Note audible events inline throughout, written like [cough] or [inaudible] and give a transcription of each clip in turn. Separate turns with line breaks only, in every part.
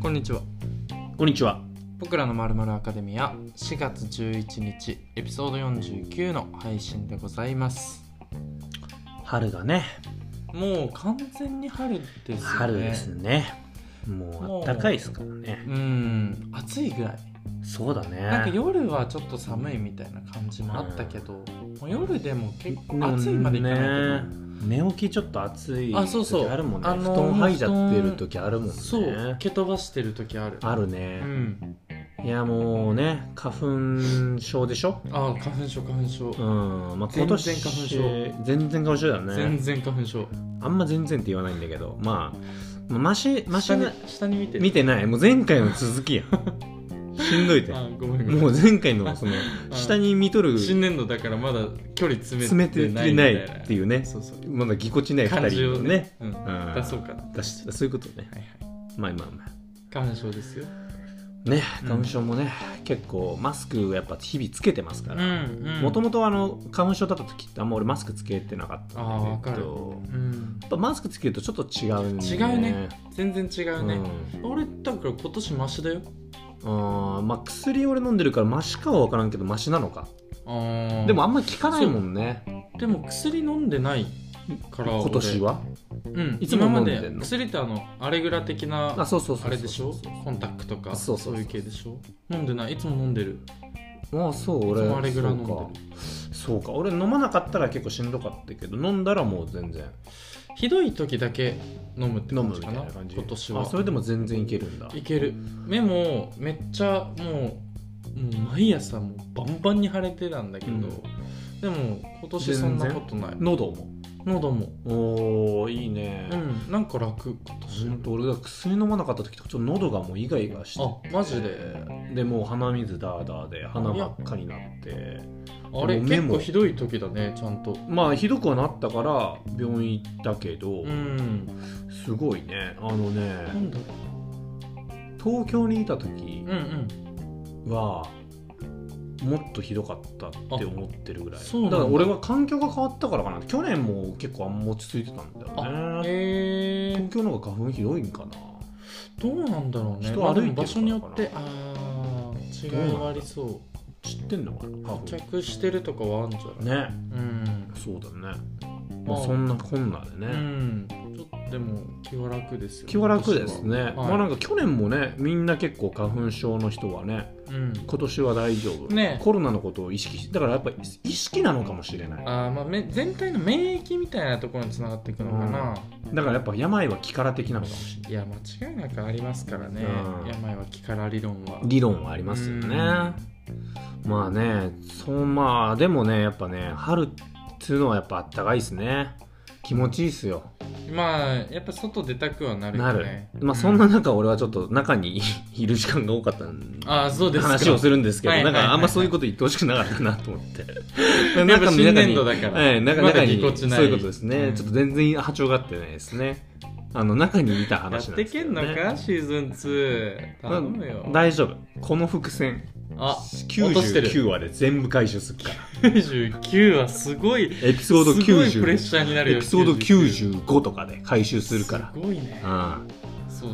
こんにちは
こんにちは。
僕らのまるまるアカデミア4月11日エピソード49の配信でございます
春がね、
もう完全に春ですよね
春ですね。もう暖かいですからね。
うん暑いぐらい
そうだね。
なんか夜はちょっと寒いみたいな感じもあったけど、もう夜でも結構暑いまでいかないけど、
ね。寝起きちょっと暑い
あそうそう
時あるもんね。
あの
布団吐いちゃってる時あるもんね。
そう蹴飛ばしてる時ある
ある
う
ね。
ん
いやもうね、花粉症でしょ。
あ花粉症花粉症、
うん。まあ、
全然
今年
花粉症。
全然花粉症だよ
全
ね。
然花粉症
あんま全然って言わないんだけど、まあ、まあマシマシ
下に
な
下に見てる
見てない。もう前回の続きやん。
[laughs]
しんどいって。
あごめ [laughs] んごめん
もう前回のその
ん
下に見とる
新年度だからまだ距離詰
詰
め
めて
て
な
ない
い
みたいな
っていうね
そうそう
まだぎこちない
感
2
じ
人
を
の
ね
ね、
うん、
うん
出そうかなは
出しそういうことね
いはい
まあまあま
感傷ですよ
あね
うん
花粉症もね、結構マスクやっぱ日々つけてますか
う
らもともと花粉症だった時ってあんま俺マスクつけてなかった
あーわ
ん
か
だけ
る
ど
うん
やっぱマスクつけるとちょっと違うね
違うね全然違
う、
うんね、俺だから今年マシだよ
あーまあ薬俺飲んでるからマシかは分からんけどマシなのか
あ
でもあんま効かないもんね
でも薬飲んでないから俺
今年は
うん
いつも
今ま
飲んで
で
んの
薬ってあのアレグラ的な
あそうそうそうそう
あれでしょコンタックとか
そうそうそう
いう系でしょ飲んでないいつも飲んでる
まあそう
いつ
俺
もアレグラ飲んで
そう
る
かそうか俺飲まなかったら結構しんどかったけど飲んだらもう全然
ひどい時だけ飲むって
飲
感
む
じ
み
か
た
ない
な感じ
今年は
あそれでも全然いけるんだ
いける目もめっちゃもうもう毎朝もうバンバンに腫れてたんだけど、
うん
でも今年そんなことない
喉も
喉も
おーいいね
うんなんか楽今
ずっ
年
と俺が薬飲まなかった時とかちょっと喉がもうイガイガして
あマジで
でもう鼻水ダーダーで鼻ばっかになって
あれ
もう目
結
も
構ひどい時だねちゃんと
まあひどくはなったから病院行ったけど、
うん
すごいねあの
な
ね
んだろ
東京にいた時
ううんうん
はもっとひどかったって思ってるぐらい
あそうなんだ
だから俺は環境が変わったからかな去年も結構あんま落ち着いてたんだよね
えー
東、京の方が花粉ひどいんかな
どうなんだろうね
人
まあでも
歩いてるから
場所によって
か
あー
ど
違
うないんだ
はありそ
知ってんのか
う
な
付
花
着してるとかはあるんじゃ
粉
ない、
ね
うん
そうだね、
ま
ま
あ
あ、そんなこんなでね、
うんちょっとでも気は楽ですよね
気は楽ですね、
い
まあなんか去年もねみんな結構花粉症の人はね
うん
今年は大丈夫、
ね
コロナのことを意識しだからやっぱ意識なのかもしれない
あーまあめ全体の免疫みたいなところにつながっていくのかな、
だからやっぱ病は気から的なのかもしれない
いや間違いなくありますからね、
うん
病は気から理論は
理論はありますよね、まあねそうまあでもねやっぱね春っつうのはやっぱあったかいですね気持ちいいっすよ
まあやっぱ外出たくはなる
な
よ
る、
ね
まあそんな
う
中俺はちょっと中にい [laughs] る時間が多かったんで
ああそうですか
話をするんですけど、
はいはいはい
なんかあんまそういうこと言ってほしくなかったなと思って
[laughs] やっぱ新
中
年
に
度だから、
はい、中
ま
中
だぎ
に
こちない
そういうことですね、
うん
ちょっと全然波長が合ってないですねあの中にいた
やっ
話なん
て
です
け
け
ん
ど、
の
ね、
かシーズン2頼むよ
大丈夫この伏線
あ落としてる
99話で全部回収するから
99はすごい
エピソード
すごいプレッ
90
シャーになるよ
エピソード95とかで回収するから
すごいね
うん
そう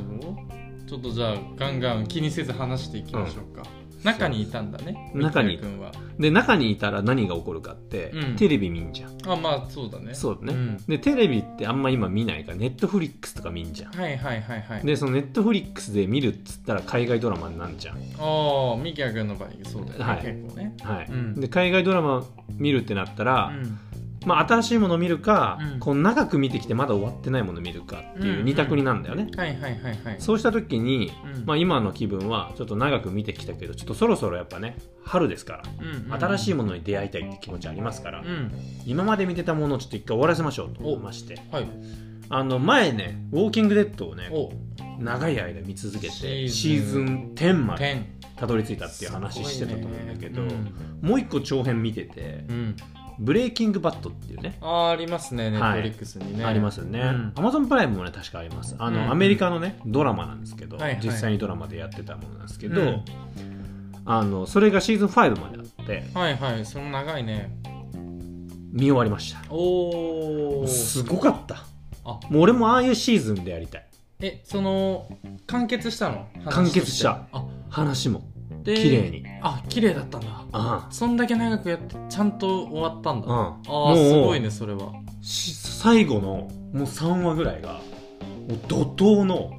ちょっとじゃあガンガン気にせず話していきましょうか、中にいたんだね
中
三谷
に
君は
で中にいたら何が起こるかって、
うん
テレビ見んじゃん
あまあそうだね
そうだ
ん
ね、でテレビってあんま今見ないからネットフリックスとか見んじゃん
はいはいはいはい
でそのネットフリックスで見るっつったら海外ドラマになんじゃん、
ああミキヤ君の場合そうだよね、
はい
結構ね
はい
うん
で海外ドラマ見るってなったら、
うん
まあ、新しいもの見るか、
うん
こう長く見てきてまだ終わってないもの見るかって
うん
い
うん
う二択になるんだよね、
はいはいはいはい
そうした時に、
うん
まあ、今の気分はちょっと長く見てきたけどちょっとそろそろやっぱね春ですから
うんうん
新しいものに出会いたいって気持ちありますか
う
ら、
ん
今まで見てたものをちょっと一回終わらせましょうと思いまして
はい
あの前ね「ウォーキングデッド」をね
お
長い間見続けて
シ
シ
ーズン
ーズン10まで
点
たどり着いたっていう話してたと思うんだけど、
うん
もう一個長編見てて
うん
「ブレイキングバット」っていうね
あーありますねネッ
は
ト
い
リックスにね、
ありますよね、
うん
アマゾンプライムもね確かありますあ
う
の、
ん
アメリカのねドラマなんですけど、
はいはい
実際にドラマでやってたものなんですけど、
うん
あのそれがシーズン5まであって
はいはいその長いね
見終わりました
おお
すごかった
あ
もう俺もああいうシーズンでやりたい
えその完結したの話として
完結した
あ
話も
で
綺麗に
あ綺麗だったんだ
あ
そんだけ長くやってちゃんと終わったんだ、あ
あうん
あーすごいねそれは
し最後のもう3話ぐらいがもう怒涛の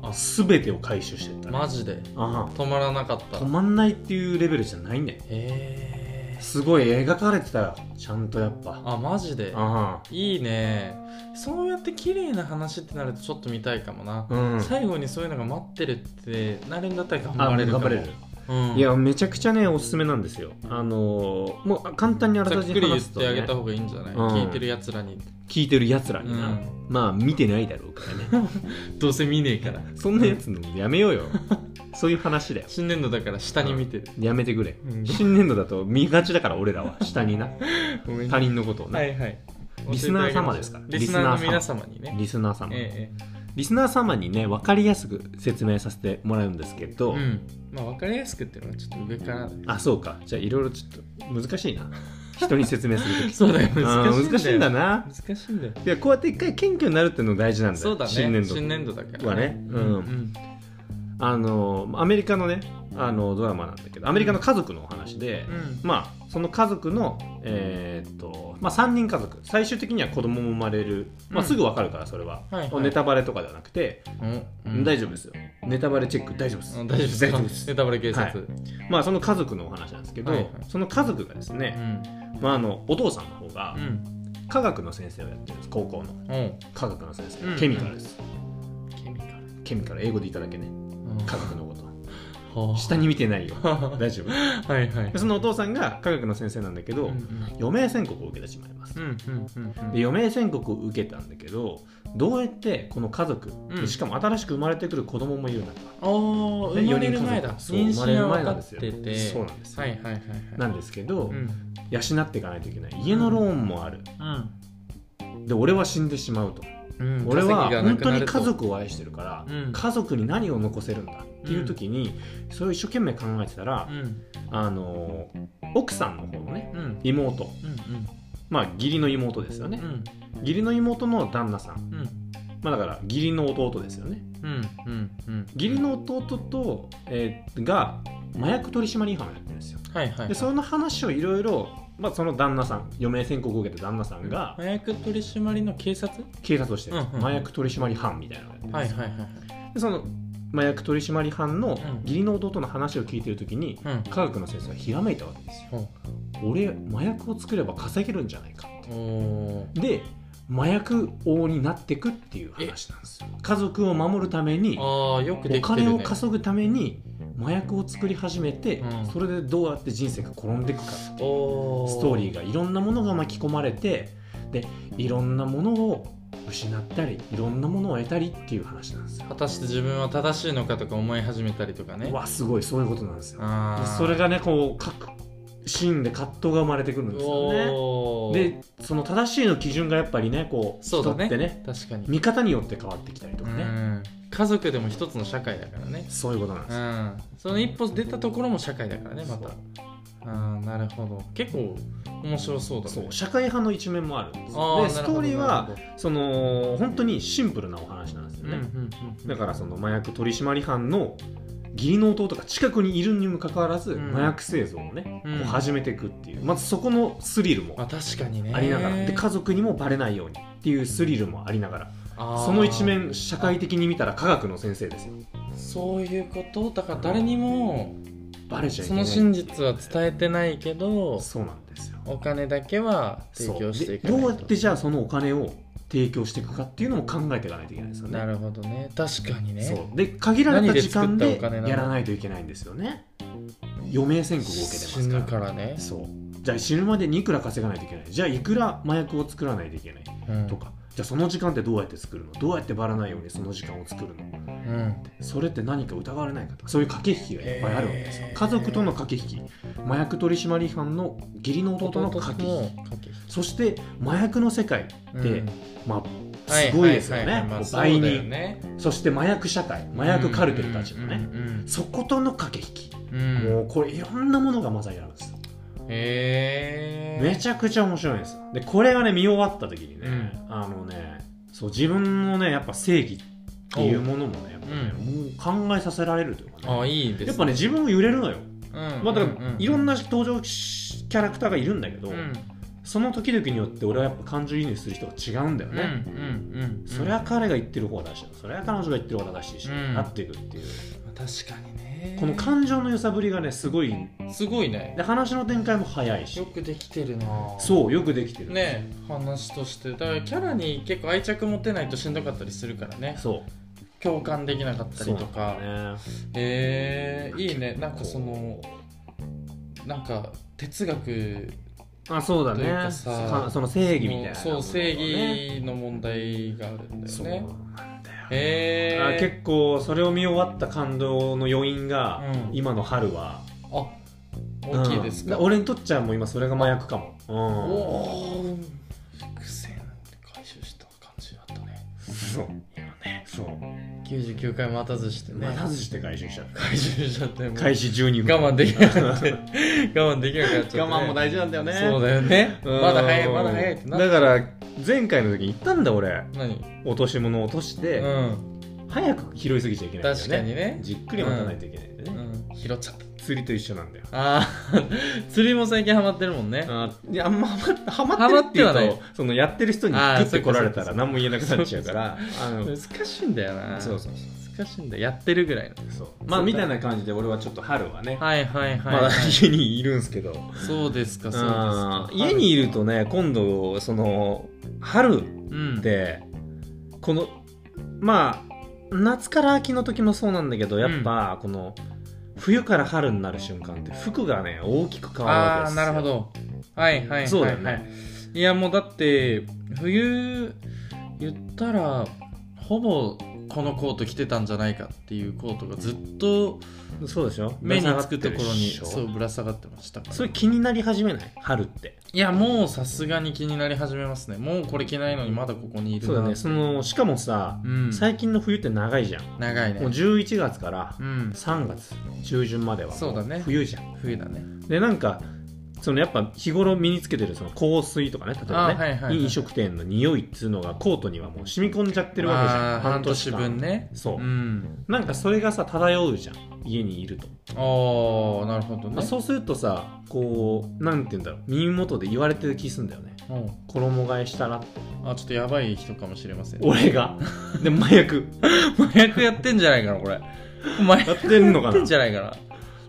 全てを回収してったね、
マジで
あ
止まらなかっ
あ
た
止まんないっていうレベルじゃないんだよ
へえ
すごい描かれてたよちゃんとやっぱあ
あマジで
あ
いいねそうやって綺麗な話ってなるとちょっと見たいかもな、
うん
最後にそういうのが待ってるってなるんだったら頑
あ
張れるかも
頑張れる
うん、
いやめちゃくちゃねおすすめなんですよあのーもう簡単にあら
ざ
か
っ
じ
く
め
り言
話
っ
すと、
てあげ
ね
た、方がいいんじゃない、
うん
聞いてるやつらに
聞いてるやつらにな、
うん
まあ見てないだろうからね
どうせ見ねえから
そんなやつのやめようよそういう話だよ
新年度だから下に見てる、
やめてくれ
うん
新年度だと見がちだから俺らは下にな
ごめん
他人のことをね、
はいはい
リスナー様ですから
リスナーの皆様にね
リスナー様、
ええ
リスナー様にね分かりやすく説明させてもらうんですけど、
うんまあ分かりやすくっていうのはちょっと上から
あそうかじゃあいろいろちょっと難し
[laughs]
いな人に説明するとき
そうだよ
あ
難しい
ー難しいんだな
難しいんだよ
いやこうやって一回謙虚になるっていうのが大事なんだよ
そうだね
新年度
だから
はねうん
うん
あのアメリカのねあのドラマなんだけどアメリカの家族のお話で、
うん
まあその家族のえーっと、まあ、3人家族最終的には子供も生まれる、まあ、
うん
すぐ分かるからそれは、
はいはい
ネタバレとかではなくて、
おうん
大丈夫ですよネタバレチェック大丈夫です
あ大丈夫ですかネタバレ警察
まあその家族のお話なんですけど、
はいはい
その家族がです
う
ね、
ん
まあ、あのお父さんの方が
うん
科学の先生をやってるんです高校の
おう
科学の先生、
うん
ケミカルです
ケミカル
ケミカル英語で言っただけね
うん
科学のこと
はあ
下に見てないよ
[laughs] は
大丈夫
いはい
でそのお父さんが科学の先生なんだけ
う
ど、
んうん
余命宣告を受けてしまいます、
うんうんうんうん
で余命宣告を受けたんだけどどうやってこの家族、
うん
しかも新しく生まれてくる子供もいる中
あー
で
生まれる前だ
四人家族そう
妊
生まれ
娠は
る前
分
な
か
んで
っ
すよ
てて
そうなんですよ
はいはいはいは
ないんですけど、
うん
養っていかないといけない家のローンもある
うん
で俺は死んでしまうと
うん
俺
稼
は
ぎがな
本
く
当
な
に
ると
家族を愛してるから、
うん
家族に何を残せるんだっていう時に、それを一生懸命考えてたら
う、ん
あの奥さんの方のね
うん
妹
うん
まあ義理の妹ですよね
う、ん
義理の妹の旦那さ
う
ん、
ん
まあ、だから義理の弟ですよね
うんうんうん
義理の弟と、えーが麻薬取締り違反をやってるんですよ
はいはいはい
でその話をいろいろまあその旦那さん余命宣告を受けた旦那さんが
麻薬取締りの警察
警察をしてるんです、
うんうん
麻薬取締り犯みたいなのをやってるん
は
で
い
すよ、
はいはいはい
でその麻薬取締り犯の
ん
義理の弟の話を聞いてる時に
うん
科学の先生はひらめいたわけですよ俺麻薬を作れば稼げるんじゃないか
おお
で麻薬王になってくっていう話なんですよ家族を守るために
ああよくできてる
お金を
ね
稼ぐために麻薬を作り始めて、
うん
それでどうやって人生が転んでいくかっていう
お
ストーリー
が
がいろんなものが巻き込まれてでいろんなものを失ったりいろんなものを得たりっていう話なんですよ。
果たして自分は正しいのかとか思い始めたりとかね
わすごいそういうことなんですよ。
あ
で
あ
それがねこう各シーンで葛藤が生まれてくるんですよ
おお
ね。でその正しいの基準がやっぱりねこう
そうだね
人ってね
確かに
見方によって変わってきたりと
う
かね
ん家族でも一つの社会だからね
そういうことなんですよ。
うんその一歩出たところも社会だからねまた
そう
ああなるほど結構面白そうだね
そう社会派の一面もあるんです
あ
よ
ー
で
な
ス
るほ
ト
ど
ーリー
な
は
る
その本当にシンプルなお話なんです
ほ
よ
ど
ね
う、んうんうん
だからその麻薬取締り犯の義理の弟が近くにいるにもかかわらず、
うん
麻薬製造をね、
うん
こう始めていくっていうまずそこのスリルも
まあ確かにね
ありながら、で家族にもバレないようにっていうスリルもありながら、
あー
その一面社会的に見たら科学の先生ですよ
そういうことだから誰にも
バレちゃいけ
そ
ない
の
ってい
真
う
実は伝えてないけど
そうなんですよ
お金だけは提供していか
そ
な
う
い
で
と
どうやってじゃあそのお金を提供していくかっていうのも考えていかないといけないですよね
なるほどね確かにね
そうで限られた時
何
間
で
で
作ったお金なの
やらないといけないんですよね余命宣告を受けてま
死
すから
ぬからね、
そうじゃあ死ぬまでにいくら稼がないといけないじゃあいくら麻薬を作らないといけない
うん
とか、じゃあその時間ってどうやって作るのどうやってばらないようにその時間を作るの
うん
それって何か疑われないかとかそういう駆け引きがいっぱいあるわけですよ、
へー
家族との駆け引き麻薬取締り犯の義理の弟の駆け引き
駆け引
そして麻薬の世界って、
うん
まあ
は
すごいですよ
はは
ね
いまあ
こう
そうだ
倍
よ
に
ね
そして麻薬社会麻薬カルテルたちのね、
うんうんうんうん
そことの駆け引き
うん
もうこれいろんなものがまさにあるんですよ
へえ
めちゃくちゃ面白いんですよでこれがね見終わった時にね、
う
あのねそう自分のねやっぱ正義っていうものもねやっぱねもう考えさせられるというか
あ
ね
いいですね
やっぱね自分を揺れるのよ、
うん
まあ、だからいろん
な
な登場しキャラクターがいるんだけど、
うん
その時々によって俺はやっぱ感情移入する人が違うんだよ
うんう
ね、
んうん
それは彼が言ってる方が正しいそれは彼女が言ってる方が正しいし、
うん
なっていくっていう
まあ確かにね
この感情の揺さぶりがねすごい
すごいね
で話の展開も早いし
よくできてるな
そうよくできてる
ね話としてだからキャラに結構愛着持てないとしんどかったりするからね
そ
共感できなかっ
う
たりとか
そうなんだよね
えー、いいねなんかそのなんか哲学
あそうだ
という
ね
かさ
かその正義みたいな、
のそう正義の問題があるんだよ
そう
ね
なんだよ
え
あ
ー、
結構それを見終わった感動の余韻が、
うん
今の春は
あ大きいです
うんだ
か、
俺にとっちゃもう今それが麻薬かも、うん、
おお伏線回収した感じだったね
そういやねそう
99回待たずしてね
またずして回収しちゃった
回収しちゃってもう
開始12分
我慢できなくなって [laughs] 我慢できなくなっちゃって、ね、
我慢も大事なんだよね
そうだよね
うん
まだ早いまだ早いってな
だから前回の時に言ったんだ俺
何
落とし物を落として、
うん
早く拾いすぎちゃいけないんだ
確
よ
かにね
じっくり待たないといけないんだよ
うん
ね、
拾っちゃった
釣りと一緒なんだよ
あー [laughs] 釣りも最近ハマってるもんね
あいやあんま [laughs] ハマハマってるって
ハマって
い
は
うとそのやってる人にグ
あー
ッて来られた
そっかそ
ら
っか
何も言えなくなっちゃうからあの
難しいんだよな
そうそうそ
難
う
しいんだよやってるぐらいの
そうまあみたいな感じで俺はちょっと春はね、
はいはいはい、
ま
は
だ
い、
家にいるんすけど、
そうですかそうですか
うん家にいるとね今度その春
うん
でこのまあ夏から秋の時もそうなんだけどやっぱこの、冬から春になる瞬間って服がね大きく変わるわけ
あ
で
あ
す
なるほ
ど
どはいはいはい、はい、
そうだよね、
いやもうだって冬言ったらほぼこのコート着てたんじゃないかっていうコートがずっと
そうでしょ
目につく
ぶら
と
下がってる
ころに
でしょ
そうぶら下がってましたから
それ気になり始めない春って
いやもうさすがに気になり始めますねもうこれ着ないのにまだここにいる
そうだ
な
ねそのしかもさ、
うん
最近の冬って長いじゃん
長いね
もう11月から
うん
3月中旬までは
そうだね
冬じゃん、
冬だね
でなんかそのやっぱ日頃身につけてるその香水とかね例えばね、
あはいはいはい
飲食店の匂いっつうのがコートにはもう染み込んじゃってるわけじゃ
あ
ん
ー半年
間
分ね
そう、
うん
なんかそれがさ漂うじゃん家にいると、
ああなるほど
ま
ね
あそうするとさこうなんて言うんだろう耳元で言われてる気すんだよね
うん
衣替えしたらって
あちょっとやばい人かもしれません
俺がで麻薬
麻薬やってんじゃないかなこれ麻薬
やってんの
や
か
ってん
な
じゃないかな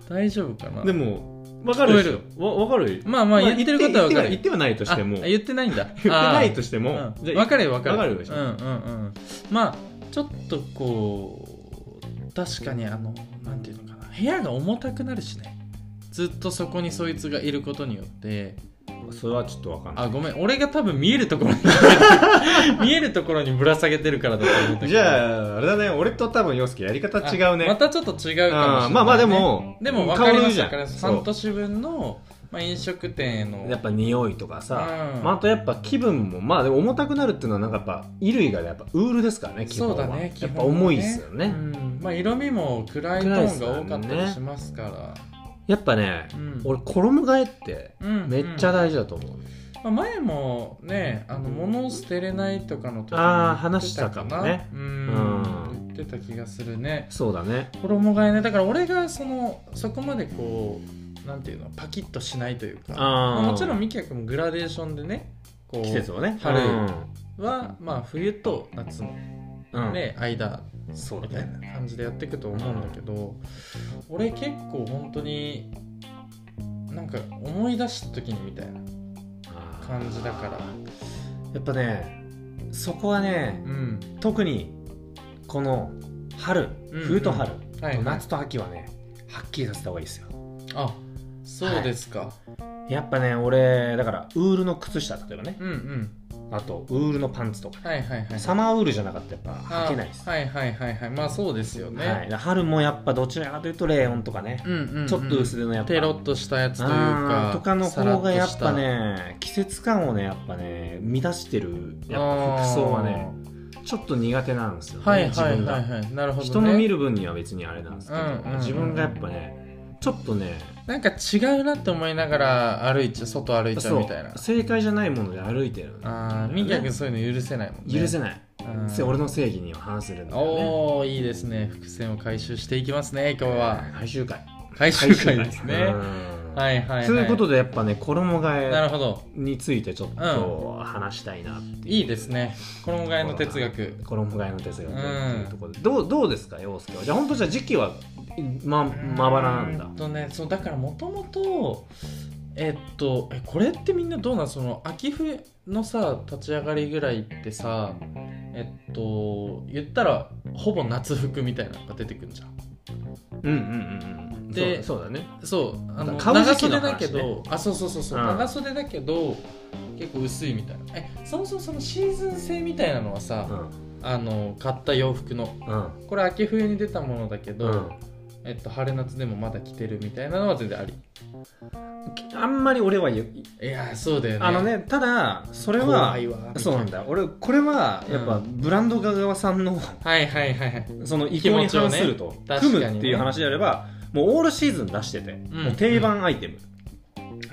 大丈夫かな
でも分かるでし
聞こ
ょわ分かる
まあまあ言ってることは分かる
言ってはないとしても
あ
言っ
言ってないんだ言って
ないとしても
うん
じゃあ
分かるよ分かる
分かるでしょ
うんうんうんまあちょっとこう確かにあのなんていうのかな部屋が重たくなるしねずっとそこにそいつがいることによって
それはちょっと分かんない
あごめん俺が多分見えるところに [laughs] 見えるところにぶら下げてるからだと思ったけど
じゃあ、あれだね、俺と多分、洋介やり方違うね。
あまたちょっと違うかもしれない、
あーまあまあでも
でも分かり
変わ
ま
る
す
じゃん
だから
そう
半年分の、まあ、飲食店への
やっぱ匂いとかさ、
うん
まあ、あとやっぱ気分も、まあでも重たくなるっていうのは、なんかやっぱ、衣類がやっぱウールですからね、基
そ
本
う
は。
だね基
やっ
本
ぱ
はね
重いですよね。
うんまあ色味も暗いトーンが多かったりしますから
やっぱね、
うん
俺、衣替えって、
うん
めっちゃ大事だと思う。
まあ前もねあの物を捨てれないとかの時に
あー
言って
話したかもね
うん
う
言ってた気がするね
そうだね。
衣替えねだから俺がそのそこまでこうなんていうのパキッとしないというかま
あ
あ
ー
もちろんミキヤ君もグラデーションでねこう
季節をね。
春
うん
はまあ冬と夏の
うん
ね、間
そう
みた
だ
い
ね。
な感じでやっていくと思うんだけど、俺結構本当になんか思い出した時にみたいな感じだから
やっぱね、そこはね、
うん
特に、この、春、
うん
冬と春、
はいはい
夏と秋はね、はっきりさせた方がいいですよ。
あそうですか、
やっぱね俺だからウールの靴下例えばね
うんうん
あとウールのパンツとか
はいはいはい
サマーウールじゃなかったらやっぱ履けないです、
あはいはいはいはいまあそうですよね、
はい春もやっぱどちらかというとレーオンとかね
う、んうんうん、
ちょっと薄手のやっぱ
テロッとしたやつという
あ
か
ーとかの
さら
方
と
がや
し
ったぱね季節感をねやっぱね乱してるやっぱ服装はねちょっと苦手なんですよ
あーは
ね、
い
自
はい
分が、
はいはいなるほど、ね、
人の見
る
る分には別にあれなんですけど、
うんうんうん
自分がやっぱねちょっとね
なんか違うなって思いながら歩いちゃう外歩いちゃうみたいな
そう正解じゃないもので歩いてる
ああみきやくんそういうの許せないもんね
許せ
ない
ない、せ俺の正義には反するんだよね
おおいいですね伏線を回収していきますね今日は
最終回
回収会ですね
うん
はいはいはい
ということでやっぱね衣
な
替
る
え
ほど
についてちょっと話したいなっていう
いいですね衣替えの哲学
衣替えの哲学っていうところで、どうどうですか陽介はじゃあ本当じゃあ時期はままばらなん
うー
だ
とねそうだからもともとえっとえこれってみんなどうなんその秋冬のさ立ち上がりぐらいってさえっと言ったらほぼ夏服みたいなのが出てくるじゃん
うんうんうんうん
で
そうそうだね
そうあの
買う
長
時期
袖
の話ね
だけどあそうそうそうそう、
うん
長袖だけど結構薄いみたいなえそもそもそのシーズン性みたいなのは
う
さ、
ん
あの買った洋服の
うん
これ秋冬に出たものだけど、
うん
えっと、春夏でもまだ着てるみたいなのは全然あり
あんまり俺は言う
いやーそうだよね
あのねただそれは
怖いわ
そうなんだ俺これはやっぱブランド側さんの
はいはいはいはい
その意向に反すると
気持ちをね確か
組
に
む
ね
っていう話であればもうオールシーズン出してて
ん
もう定番アイテム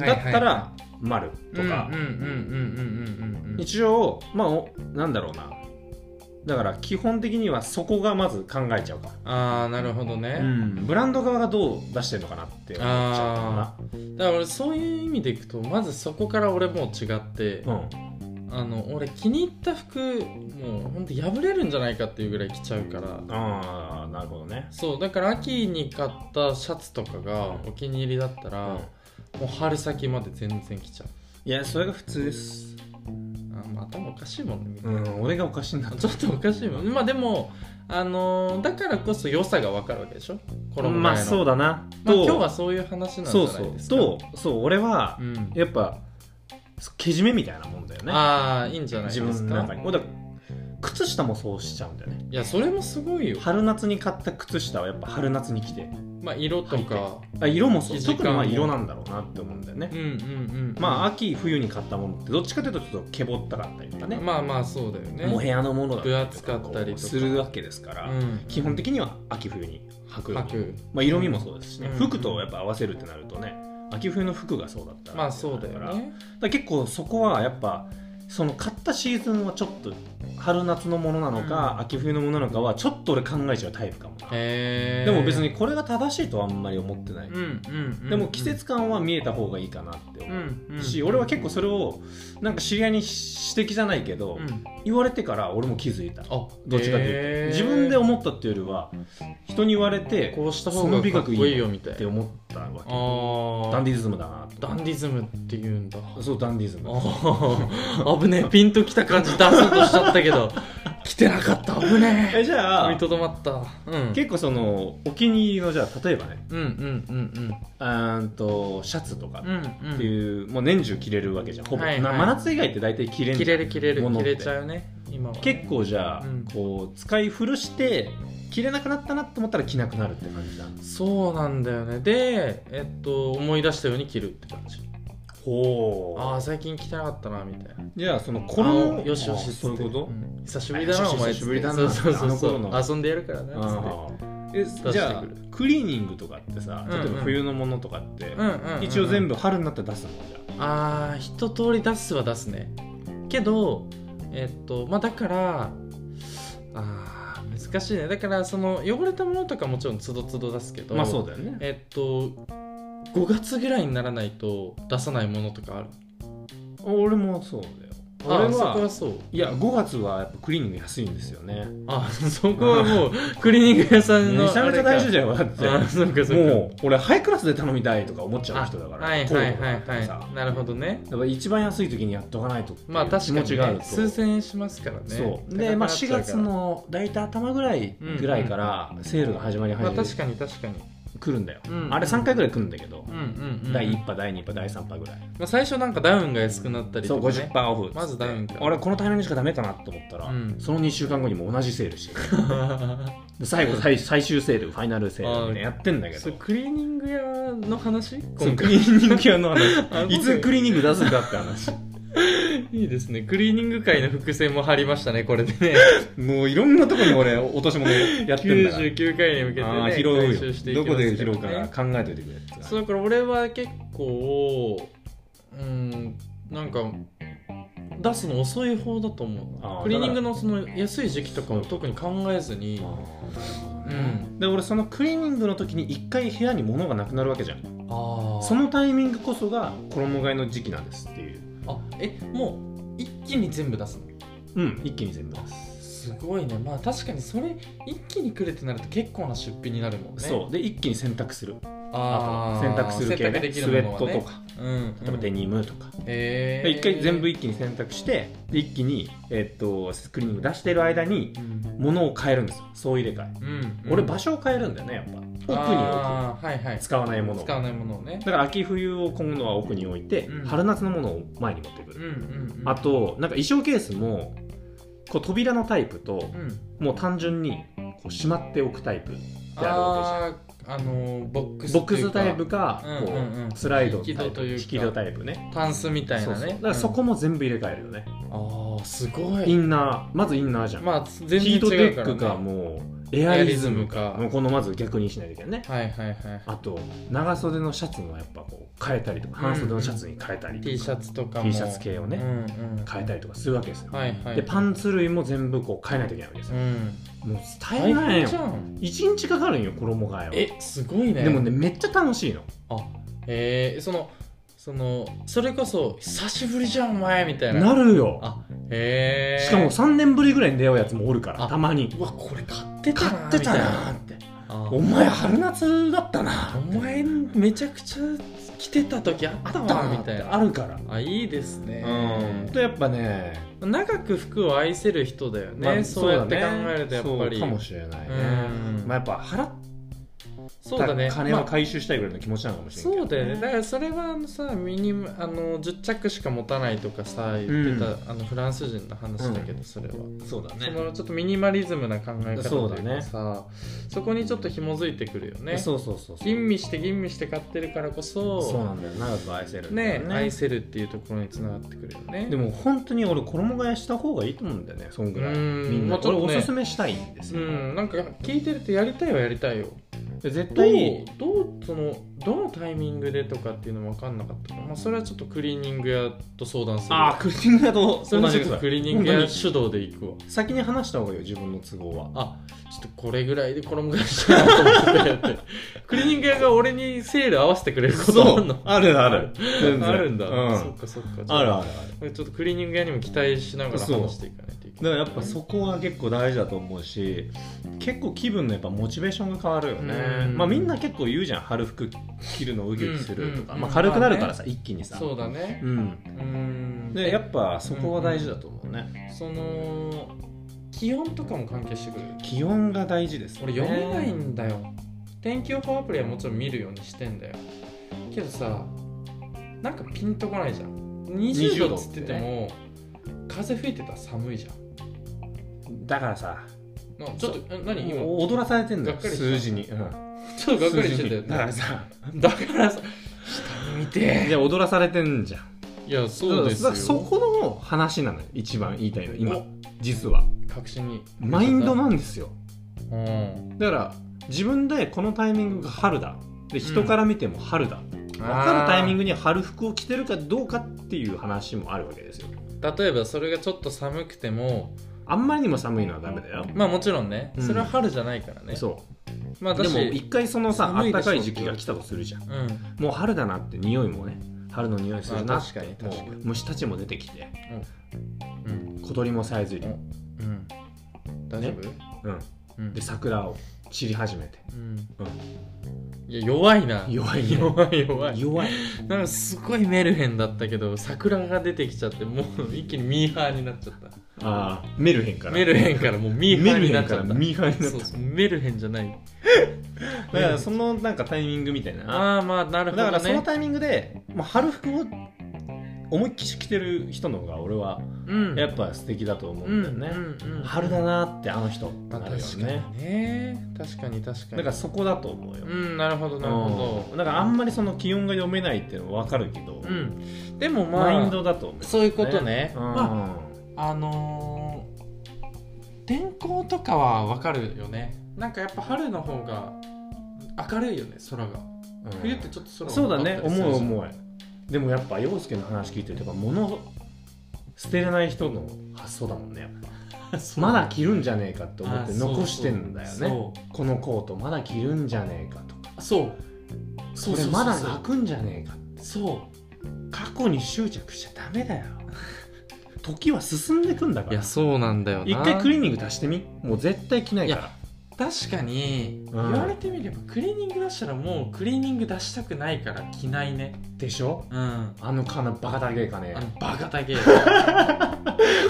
だったら丸とか
うんうんうんうんうんうんうんうん
一応まあおなんだろうなだから基本的にはそこがまず考えちゃうか、
ああなるほど
う
ね、
ん、ブランド側がどう出してるのかなって思っちゃ
だから俺そういう意味でいくとまずそこから俺もう違って
う、かなうん
あの俺気に入った服もうほんと破れるんじゃないかっていうぐらい着ちゃうから
ああなるほどね
そうだから秋に買ったシャツとかがお気に入りだったら、
うん
もう春先まで全然着ちゃう
いやそれが普通です
あーまあ頭おかしいもんねみんな
うん俺がおかしいんだ
ちょっとおかしいもんまあでもあのーだからこそ良さがわかるわけでしょ衣替えの
まあそうだな
まあ今日はそういう話なんじゃ
そう
な
そ
いうですか
とそう俺は
うん
やっぱけじめみたいなもんだよね
ああいいんじゃないですか
自分の中にもうだから靴下もそうしちゃうんだよね
いやそれもすごいよ、
春夏に買った靴下はやっぱ春夏に着て
まあ、色とか
あ色もそう
生地感
特にまあ
も
色なんだろうなって思うんだよね、
うんうんうん
まあ秋冬に買ったものってどっちかというとちょっとけぼったかったりとかね,、
まあまあそうだよね
もう部屋のものだ
分厚かったりとか
こうするわけですから、
うん
基本的には秋冬に履くように
吐く
まあ、色味もそうですしね、
うん
服とやっぱ合わせるってなるとね秋冬の服がそうだったら
まあそうだよ
から
ね
だから結構そこはやっぱその買ったシーズンはちょっと春夏のものなのか、
うん
秋冬のものなのかはちょっと俺考えちゃうタイプかもな
へえ
でも別にこれが正しいとはあんまり思ってない、
うんうんうん、うん、
でも季節感は見えた方がいいかなって
う、
思うん
うん、
し、俺は結構それをなんか知り合いに指摘じゃないけど、
うん、
言われてから俺も気づいた
あ
どっちかって
へ
い
ー
うと自分で思ったっていうよりは人に言われて
こうした方がかっこいいよみたい
っ
な
て思ったわけ
ああ
ダンディズムだなと
ダンディズムって言うんだ
そうダンディズム
あぶねえピンときた感じ出そうとしちゃったけ
[laughs]
ど来てなかった危ねえ
えじゃ
踏
あ
みとどまったうん
結構そのお気に入りのじゃあ例えばね
うんうんうん
あーんとシャツとか
うんうん
っていう、もう年中着れるわけじゃんほぼ、
はいはい
な真夏以外って大体着れんじ
切
ゃん
れる切れる
もの
切
って
れちゃうね今は
結構じゃあ、
うん
こう使い古して着れなくなったなと思ったら着なくなるって感じだ
そうなんだよねでえっと思い出したように切るって感じ
ほ
ああ最近着てなかったなみたいな
じゃあその
こ
衣
よしよしっつって
そういうこと
ん久しぶりだな
あ
お前
久しぶりだな
そうそうそうそ
あの頃
う遊んでやるからなっつって
あーえ
してくる
じゃあクリーニングとかってさ例え
うんう
ば
ん
冬のものとかって、
うんうんうん
一応全部春になったら出すのじゃ
あー一通り出すは出すねけどえっとまあだからあー難しいねだからその汚れたものとかもちろんつどつど出すけ
あ
ど
まあそうだよね
えっと5月ぐらいにならないと出さないものとかある
俺もそうだよ
あ
俺
そこは
は
そう
いや5月はやっぱクリーニング安いんですよね
あそこはもうクリーニング屋さんの
めちゃめちゃ大事
ゃ
じゃんだって
あそうかそうか
もう俺ハイクラスで頼みたいとか思っちゃう人だから
はいはいはい
コートとかさ
はいなるほどね
やっぱ一番安い時にやっとかないとっていう
まあ確か
気
に、
持ちがある
ね、
と
数千円しますからね
そう
高
で、
く
ま
なっ
あ、
ちゃう
4
から
月の大体頭ぐらいぐらいからセールが始まり
まあ
始めて
確かに確かに
くるんだよ、
うん
あれ3回ぐらい来るんだけど、
うんうん、うん、
第1波第2波第3波ぐらい、
まあ、最初なんかダウンが安くなったり
そ
と
う
か、 [laughs] ね、
50%オフっつって
まずダウンから
俺このタイミングしかダメかなと思ったら、
うん
その2週間後にも同じセールして
[laughs]
るで最後最最終セールファイナルセールみたいなやってんだけ
そ
ど
うクリーニング屋の話
そう
今
クリ
回
ーニング屋の話
あ
いつクリーニング出すかって話
いいですねクリーニング界の伏線も張りましたねこれでね
もういろんなとこに俺落とし物やってんだから
99回に向けてね
あー
回収
拾
して
う
い
よど
きま
こ
すら
で
ね
拾うから考えておいてくれって
そうだから俺は結構うんなんか出すの遅い方だと
あ
思
ー
うクリーニングのその安い時期とかも特に考えずにうん
で俺そのクリーニングの時に一回部屋に物がなくなるわけじゃん
あ
そ
その
のタイミングこそが衣替えの時期なんですっていう
あえもう一気に全部出すの
うん一気に全部出す
すごいねまあ確かにそれ一気にくれってなると結構な出費になるもんね
そうで一気に洗濯する
あー
洗濯する系
洗濯で
ね
き
ス
る
ウ
も
ェ
の
ッ
は
ト
ね
とか
うん
例えばデニムとか
え
で
ー
一回全部一気に洗濯してで一気にえっとクリーニング出してる間に
うん、
物を変えるんですよ総入れ替え
うん
俺場所を変えるんだよねやっぱ奥に置く
あーはいはい
使わないものを
使わないものをね
だから秋冬を今度は奥に置いて、
うん
春夏のものを前に持ってく
う
る、
んうん、うん、
あとなんか衣装ケースもこう扉のタイプと
う、ん
もう単純にこうしまっておくタイプであるわ
あーあのーボック
け
ス
じゃんボックスタイプか、
うん
こ
うんうん
うスライドのタイプ
引き戸というか
引き戸タイプね
タンスみたいなね
そうそうだからそこも全部入れ替えるよね、
うんああすご
イ
い
ンナーまずインナーじゃん、
まあ全然
ヒート
違
テ
うか
ッ
ら、ね、
クかもうエアリズ
エアリズ
ム
ム
か
か
もうこのまず逆にしないといけないね
はいはいはい
あと長袖のシャツもやっぱこう変えたりとか半袖のシャツに変えたりとか、
T シャツとかも
T シャツ系をね、
うんうん、
変えたりとかするわけですよ、
はいはい
でパンツ類も全部こう変えないといけないわけです
う
よ、
ん
もう大変なんよ
じゃん
1日かかるんよ衣替えは
えすごいね
でもねめっちゃ楽しいの
あえー、そのそのそれこそ久しぶりじゃんお前みたいな
なるよ
あへえー、
しかも3年ぶりぐらいに出会うやつもおるから
あ
たまに
うわこれ買ってた
買
な
ってた
みい
なーって
あ
お前春夏だったな
お前めちゃくちゃ着てた時あった
だ
わ
な
み
って
たいな
あるから
あいいですね
うんとやっぱね
長く服を愛せる人だよね、
まあ
そうやって考
だね
えるとやっぱり
そうかもしれないね
うん
まあやっぱ払っ
そうだね
た金
ま
を
あ
回収したいぐらいの気持ちなのかもしれない
そうだよねだからそれはあのさミニムあの10着しか持たないとかさ言ってた、
う
あのフランス人の話だけどそれは、
そうだ
そのちょっとミニマリズムな考え方
そう
と
だ
いう
ね
かさそ,、こにちょっと紐づいてくるよね
そうそうそうそう
吟味して吟味して買ってるからこそ
そうなんだよ長く愛せるんだよ
ね愛せるっていうところにつながってくるよね
でも本当に俺衣替えした方がいいと思うんだよねそんぐらい
うん
みん
ま
な
あちょっ
俺
とね
おすすめしたいんです
う
よ、
んなんか聞いてるとやりたいはやりたいよ
で絶
どう
対
どうそのどのタイミングでとかっていうのも分かんなかったから、まあ、それはちょっとクリーニング屋と相談する
あークリーニング屋と
それ
同
は
じ
ちょ
で
っ
す
と
わ
クリーニング
本
屋
当に
主導で行くわ
先に話した方がいいよ自分の都合は
あちょっとこれぐらいで衣替えしたいなと思って [laughs] クリーニング屋が俺にセール合わせてくれることあるの
あるある全然
あるんだ、
うん
そっかそっか
あるあるある
るちょっとクリーニング屋にも期待しながら
そう
話していかないといけ
だか
ない
らやっぱそこは結構大事だと思うし結構気分のやっぱモチベーションが変わるよね
うん
まあみんな結構言うじゃん春服着るのウキウキするとか、
うんうん
まあ、軽くなるからさ、一気にさ
そうだね
うん
うーん
でやっぱそこは大事だと思うね、
その気温とかも関係してくる
気温が大事ですね
俺読めないんだよ天気予報アプリはもちろん見るようにしてんだよけどさなんかピンとこないじゃん20度っつってても風吹いてたら寒いじゃん
だからさ
なちょっとえ何今
お踊らされてんだよ
がっかりした
数字に、うん、
ちょっとがっかりしてたよ
数字に [laughs] だか
ね [laughs]
らさ
だからさ下に見て
じゃあ踊らされてんじゃん
いやそうです
だ
よ
からそこの話なのよ一番言いたいの今
お
実は
確信に
マインドなんですよ
うん
だから自分でこのタイミングが春だで人から見ても春だ、分かるタイミン
グ
グに春服を着てるかどうかっていう話もあるわけですよ
例えばそれがちょっと寒くても
あんまりにも寒いのはダメだよ、
まあもちろんねそれは春じゃないからね
そ
まあ
うで
私
も一回そのさ
寒いで
暖
しょ
かい時期が来たとするじゃん
うん
もう春だなって匂いもね春の匂いする
まあ
なっ
確か
て、
に
もう
確かに
虫たちも出てきて
うん
小鳥もさえずり、
うん大丈夫
うん、
うん
で桜を散り始めて
うんいや弱いな
弱いね
弱い弱い
弱い
なんかすごいメルヘンだったけど桜が出てきちゃってもう一気にミーハーになっちゃった
ああメルヘンから
メルヘンからもうミーハーになっちゃった
メルヘンからミーハーになっ
そうそうメルヘンじゃない
ただからそのなんかタイミングみたいな
ああまあなるほど
だか
ね
らそのタイミングで、まあ、春服を思いっきし着てる人の方が俺は
うん
やっぱ素敵だと思う
うんん
だよね、
うんうん
春だなってあの人
まあ
なるよ
確か
ね
にね確かに確か
だか
に
らそこだと思うよ、
うんなるほどなるほ
うんだからあんまりその気温が読めないっていうのは分かるけど、
どうんでもま
マイン
あ
ドだと思う、
そういうことね
うん
まああのー天候とかはわかるよねなんかやっぱ春の方が明るいよね空が
うん
冬ってちょっと空が
そうだね
明るか
思
ったり
う
するじゃん
思うでもやっぱ陽介の話聞いてるとやっぱ物を捨てれない人の発想だもんねやっぱ
[laughs]
まだ着るんじゃねえかって思って
あそう
残してんだよね
そう
このコートまだ着るんじゃねえかとか
そうそ
そうれ
そう
まだ泣くんじゃねえか
そ
過去に執着しちゃダメだよ時は進んでくんだか
うい
ら
やそうなんだよな
一回クリーニング足してみもう絶対着ないから
確かに言
うん
われてみればクリーニング出したらもうクリーニング出したくないから着ないね
でしょ
うんあ
あの金バカだけかね
のバカだけ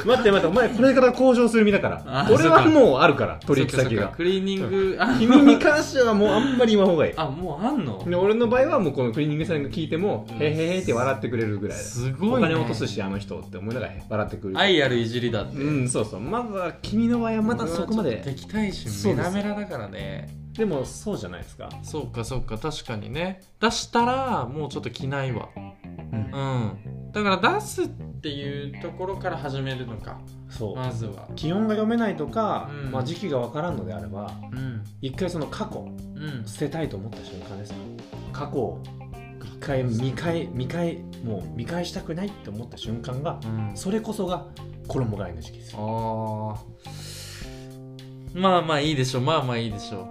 待って待ってお前これから交渉する身だか
あ
ら俺
そっ
は
か
もうあるから取引
そっか
先
そっ
が
かクリーニングあ
君に関してはもうあんまり言わんほうがいい
あもうあんの
で俺の場合はもうこのクリーニング屋さんが聞いても、
うん
へへへって笑ってくれるぐらいだ
す
お
ごい、ね、
金落とすしあの人って思いながら笑ってくれる
愛あるいじりだって、
うんそうそうまだ君の場合はまだそこま
俺はちょっと
で
敵対心
そ
メ
うで
ラ
す
メラだからね
でもそうじゃないですか、
そうかそうか確かにね出したらもうちょっと着ないわうんだから出すっていうところから始めるのか
そう、
まずは
気温が読めないとか、
うん
まあ、時期が分からんのであれば
うん
一回その過去
うん
捨てたいと思った瞬間ですよ過去を一回見返見返もう見返したくないって思った瞬間が
うん
それこそが衣替えの時期ですよ
あーまあまあいいでしょうまあまあいいでしょ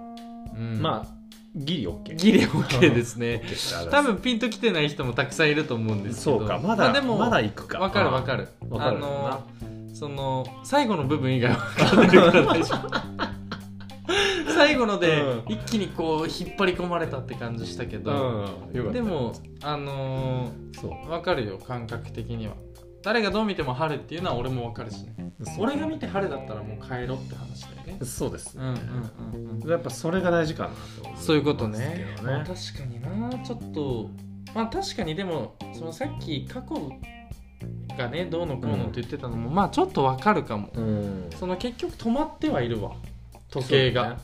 う、うん、
まあギリ OK
ギリ OK ですね多
多
分ピンときてない人もたくさんいると思うんですけ
そ
ど
うかまだ、
あでも
まだ行くか
わかるわ
る
かる
わかる
あのその最後の部分以外は分 [laughs] かんないから大丈夫最後ので、
う
一気にこう引っ張り込まれたって感じしたけ
うん
ど、
よかった
でもあの
そう
ー、分かるよ感覚的には誰がどう見ても春っていうのは俺も分かるしね俺が見て春だったらもう帰ろって話だよね
そうです、
うんうんうんうん
やっぱそれが大事かなと思
そういうこと
ます
ね
けど
まあ、確かになちょっとまあ確かにでもそのさっき過去がねどうのこうのって言ってたのも、まあちょっとわかるかも
うん
その結局止まってはいるわ時計
そう
が
ね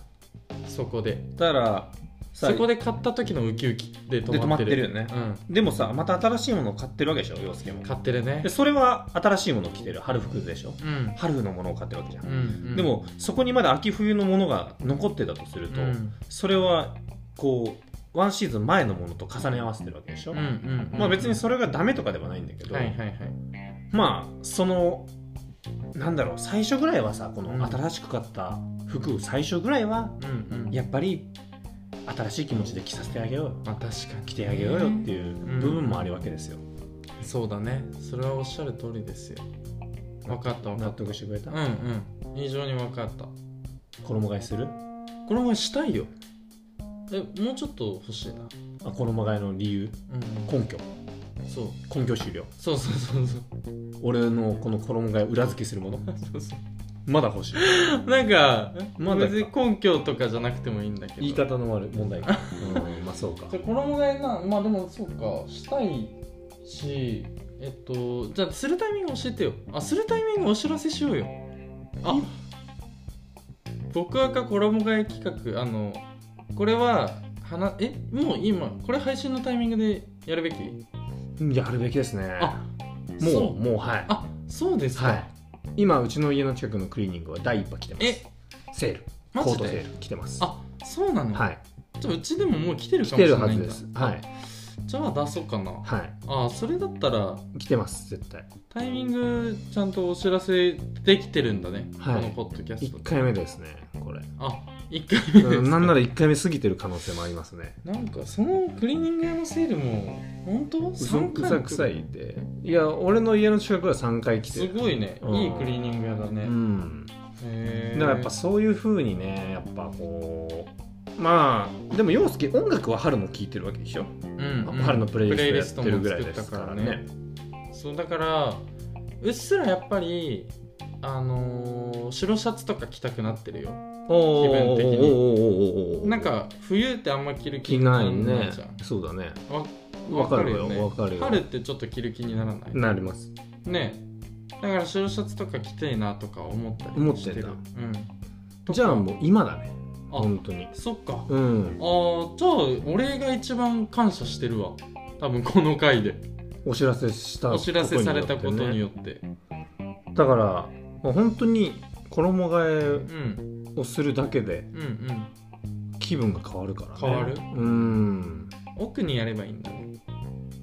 そ,、こで
だからさ
そこで買った時のウキウキで
で
止
止
ま
ま
っ
ってて
る
るよねでもさまた新しいものを買ってるわけでしょ洋介も
うん、買ってるね
でそれは新しいものを着てる春服でしょ
うん
春のものを買ってるわけじゃん、
うん、うん
でもそこにまだ秋冬のものが残ってたとする
うん
と、
うん
それはこうワンシーズン前のものと重ね合わせてるわけでしょ、
うんうん
まあ別にそれがダメとかではないんだけど、
はいはいはい
まあそのなんだろう最初ぐらいはさこ
うん
の新しく買った服最初ぐらいは
うんうん
やっぱり新しい気持ちで着させてあげようよ
まあ確かに
着てあげようよっていう
うん
部分もあるわけですよ、
そうだねそれはおっしゃる通りですよ分かった分か
納
っ
得してくれた、
たうんうん非常に分かった
衣替えする
この前したいよえもうちょっと欲しいな
あ衣替えの理由
うん
根拠
そう
根拠終了
そうそうそうそう
俺のこの衣替え裏付けするもの
そうそう
まだ欲しい [laughs]
なんか、
まだか
別に根拠とかじゃなくてもいいんだけど
言い方の悪い問題がうんまあそうか
じゃあ衣替えなまあでもそうかしたいしえっとじゃあするタイミング教えてよあするタイミングお知らせしようよあ僕はか衣替え企画あのこれははなえもう今これ配信のタイミングでやるべき
うんやるべきですね
あ
も
そう
もうはい
あそうですか、
はい今うちの家の近くのクリーニングは第一波来てます
え
セール
マ
コ
ジ
ートセ
で
ール来てます
あそうなの、
はい
じゃあうちでももう来てる
来
かもしてれ
る
な
はいず
んだ
ですはい
じゃあ出そうかな
はい
あそれだったら
来てます絶対
タイミングちゃんとお知らせできてるんだね、
はい
このポッドキャスト
1回目ですねこれ
あ一1回目です
う
か
んなんなら1回目過ぎてる可能性もありますね
なんかそのクリーニング屋のセールも本当
うさ
三
うさくさ
来
いでいや俺の家の近くは3回
る
来て
す
る
ごいね
うん
いいクリーニング屋だね、
うん
へ
だ
ー
からやっぱそういう風にねやっぱこうまあでも陽介音楽は春も聴いてるわけでしょ、
うんうん
春のプレイ
プレイリ
リ
ス
ス
ト
ト
も
やってるぐら
作っ
いで
た
す
か
からら
ね
ね
そうだからうっすらやっぱりあのー白シャツとか着たくなってるよ
お
気分的に
ーおーおーおーおーおー
なんか冬ってあんま着る気
着
にな
なんいね
じゃん
そうだね
わ
わかるよ
ね
わかるよ
春ってちょっと着る気にならない
なります
ねだから白シャツとか着てえなとか思ったり
思って
して
ん
る
だ
うん
じゃあもう今だね
あ
本当に
そっか
うん
あーじゃあ俺が一番感謝してるわ多分この回で
お知らせした
お知らせされたことによ
よ
って
ってねだからもう本当に衣替
うん
えをするだけで
うんうん
気分が変わるからね
変わる
うん
奥にやればいいんだね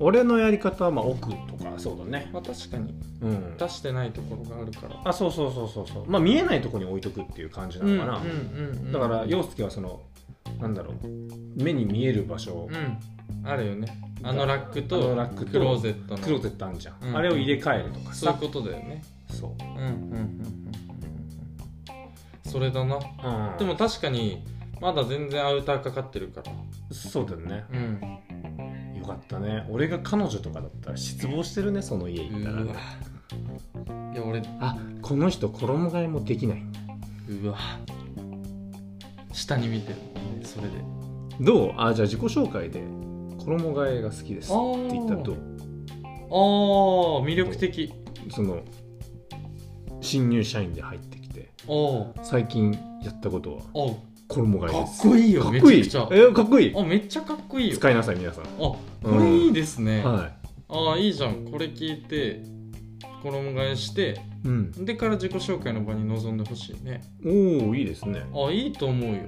俺のやり方はまあ奥とかそうだね
まあ確かに
うん
出してないところがあるから
あそうそうそうそうそうまあ見えないとこに置いとくっていう感じなのかな、
うんうん
だから陽介はそのなんだろう目に見える場所、
うんあるよねあのラック
あ
と
のラックと
クローゼットの
クローゼットあんじゃん、
うん
あれを入れ替えるとか
そういう
さ
ことだよね
そう
うんうんうんうんうんうんそれだな
うん
でも確かにまだ全然アウターかかってるから
そうだよね
うん
よかったね俺が彼女とかだったら失望してるねその家行ったらね
いや俺
あこの人衣替えもできないう
わ下に見てるそれで
どうあじゃあ自己紹介で衣替えが好きです
あー
って言ったらどう
ああ魅力的
その新入社員で入ってきて
おう
最近やったことは
おう
衣替え
か
で
っ
す
こいいよ
かっこい
め
い
ちゃくちゃ
えかっこいい
あめっちゃかっこいいよ
使いなさい皆さん
あこ
う
れ
ん
いいですね、
は
ああいいじゃんこれ聞いて衣替えして
い、うん、
でから自己紹介の場に臨んでほしいね
おおいいですね
あいいと思うよ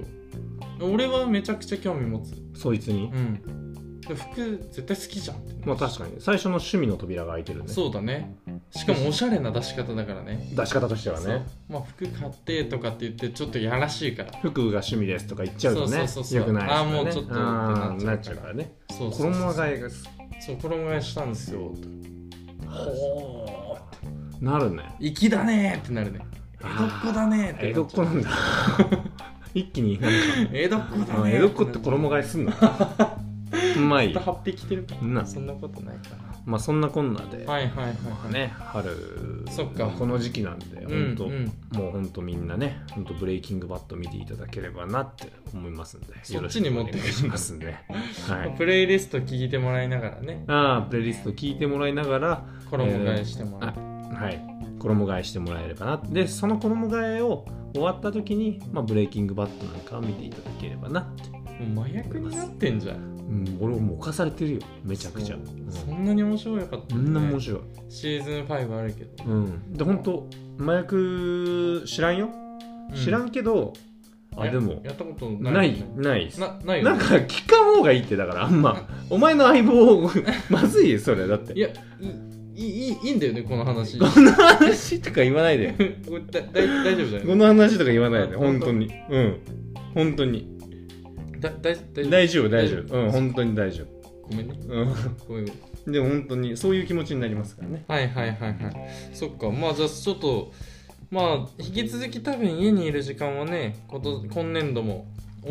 俺はめちゃくちゃ興味持つ
そいつに
う、んで服絶対好きじゃんって
まあ確かに最初の趣味の扉が開いてるね
そうだねしかもおしゃれな出し方だからね
出し方としては
そう
ね
まあ服買ってとかって言ってちょっとやらしいから
服が趣味ですとか言っちゃうとね
そうそうそうそう
よくないですよね
あーもうちょっと
あ
っ
ー
て
な
な
っ
っ
ち
ち
ゃ
ゃ
う
う
か
から
ね
そうそうそう
衣替えがす
そう衣替えしたんですよほー
なるね
粋だねーってなるね江戸っ子だねーって
江戸っ子
なっ [laughs]
なんだ一気になん
ちゃう江戸っ子だ
かあ
ね
江
ー
戸っ子って衣替えす
[laughs]
んのまあいい
ちょっと8匹着てるか
な
そんなことないかな
まあそんなこんなで、
はいはいはいはい
ね春
そっか
この時期なんで
うん
本当、
うん
もうほんとみんなね、ほんとブレイキングバット見ていただければなって思いますんで、
そっちに持ってくる
よろしくお願いしますね。 [laughs] はい。
プレイリスト聞いてもらいながらね
ああ、プレイリスト聞いてもらいながら、
衣替えしてもらう、
はい、衣替えしてもらえればな。で、その衣替えを終わった時に、まあ、ブレイキングバットなんかを見ていただければなって。
もう麻薬になってんじゃん
うん、俺もう犯されてるよ、めちゃくちゃ。う
そうんそんなに面白かった
そ
ね
んな面白い。
シーズン5あるけど、
うん。で、ほんと、麻薬知らんよ、
う
知らんけど、あ、
や
でも、
やったことない
ない、ないです。
なないよ
なんか聞かん方がいいってだからあ
[laughs]
んまお前の相棒 [laughs] まずいよそれだって
いやいいいいいいんだよねこの話こ
この話とか言わないで
[laughs] れだだ大丈夫じゃな
こ
い
の話とか言わないで
あ
本当にうん本当に
だ大大丈
大丈夫大丈夫うん本当に大丈
夫ごめんね
夫
ごめん
うんでも本当にそういう気持ちになりますからね
はいはいはいはいそっかまあじゃあちょっとまあ引き続き多分家にいる時間はねこと今年度も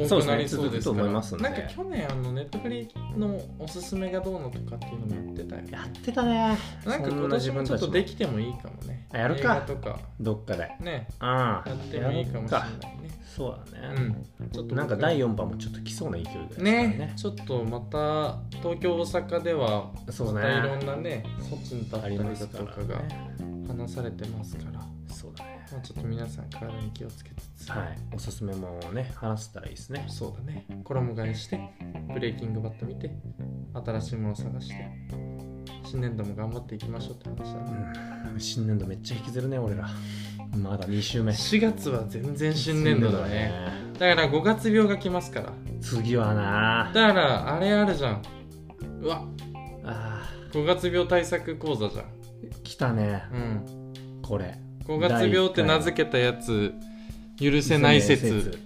そう
多
で
く
すね
なりそうです
続く
か
と思
ら
いますんで
なんか去年あのネットフリのおすすめがどうのとかっていうのもやってたよ
やってたね
なんか
そ
今
な自
年
分
もちょっ
たち
と
も
できてもいいかもね
あやるか
映画とか
どっかで
ね
ああ
やってもいいかもしれないね
そうだね
うん、ちょっと
なんか第4波もちょっと来そうな勢いだよ
ねちょっとまた東京大阪では
そう
ま
ね
たいろんなね措置に立っ
あ
た
り
りだ
ますか
と
ら
かが
ね
話されてますから
そうだね
まあ、ちょっと皆さん体に気をつけつつ、
はいおすすめもね話せたらいいですね
そうだね衣替えしてブレイキングバット見て新しいもの探して新年度も頑張っていきましょうって話だね、
うん新年度めっちゃ引きずるね俺らまだ2週目
4月は全然新年度だね
新
だ
年
から5月病が来ますから
度だね次はな
だからあれあるじゃんうわ
あ
5月病対策講座じゃん
ー来たね
うん
これ
五月病って名付けたやつ許せない説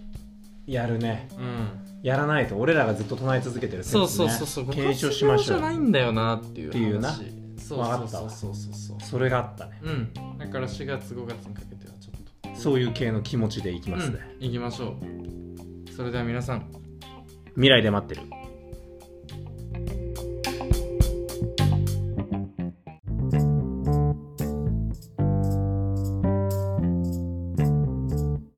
やるね
うん
やらないと俺らがずっと唱え続けてる説、ね、
そうそうそうそう
検証しましょ
五月病じゃな
う
いんだよなっていう話
っていうな
そう
わか
そ
っ
う
た
そ
わ
うそうそうそう
それがあったね
うんだから四月五月にかけてはちょっと
そういう系の気持ちでいきますね、
うん、いきましょうそれでは皆さん
未来で待ってる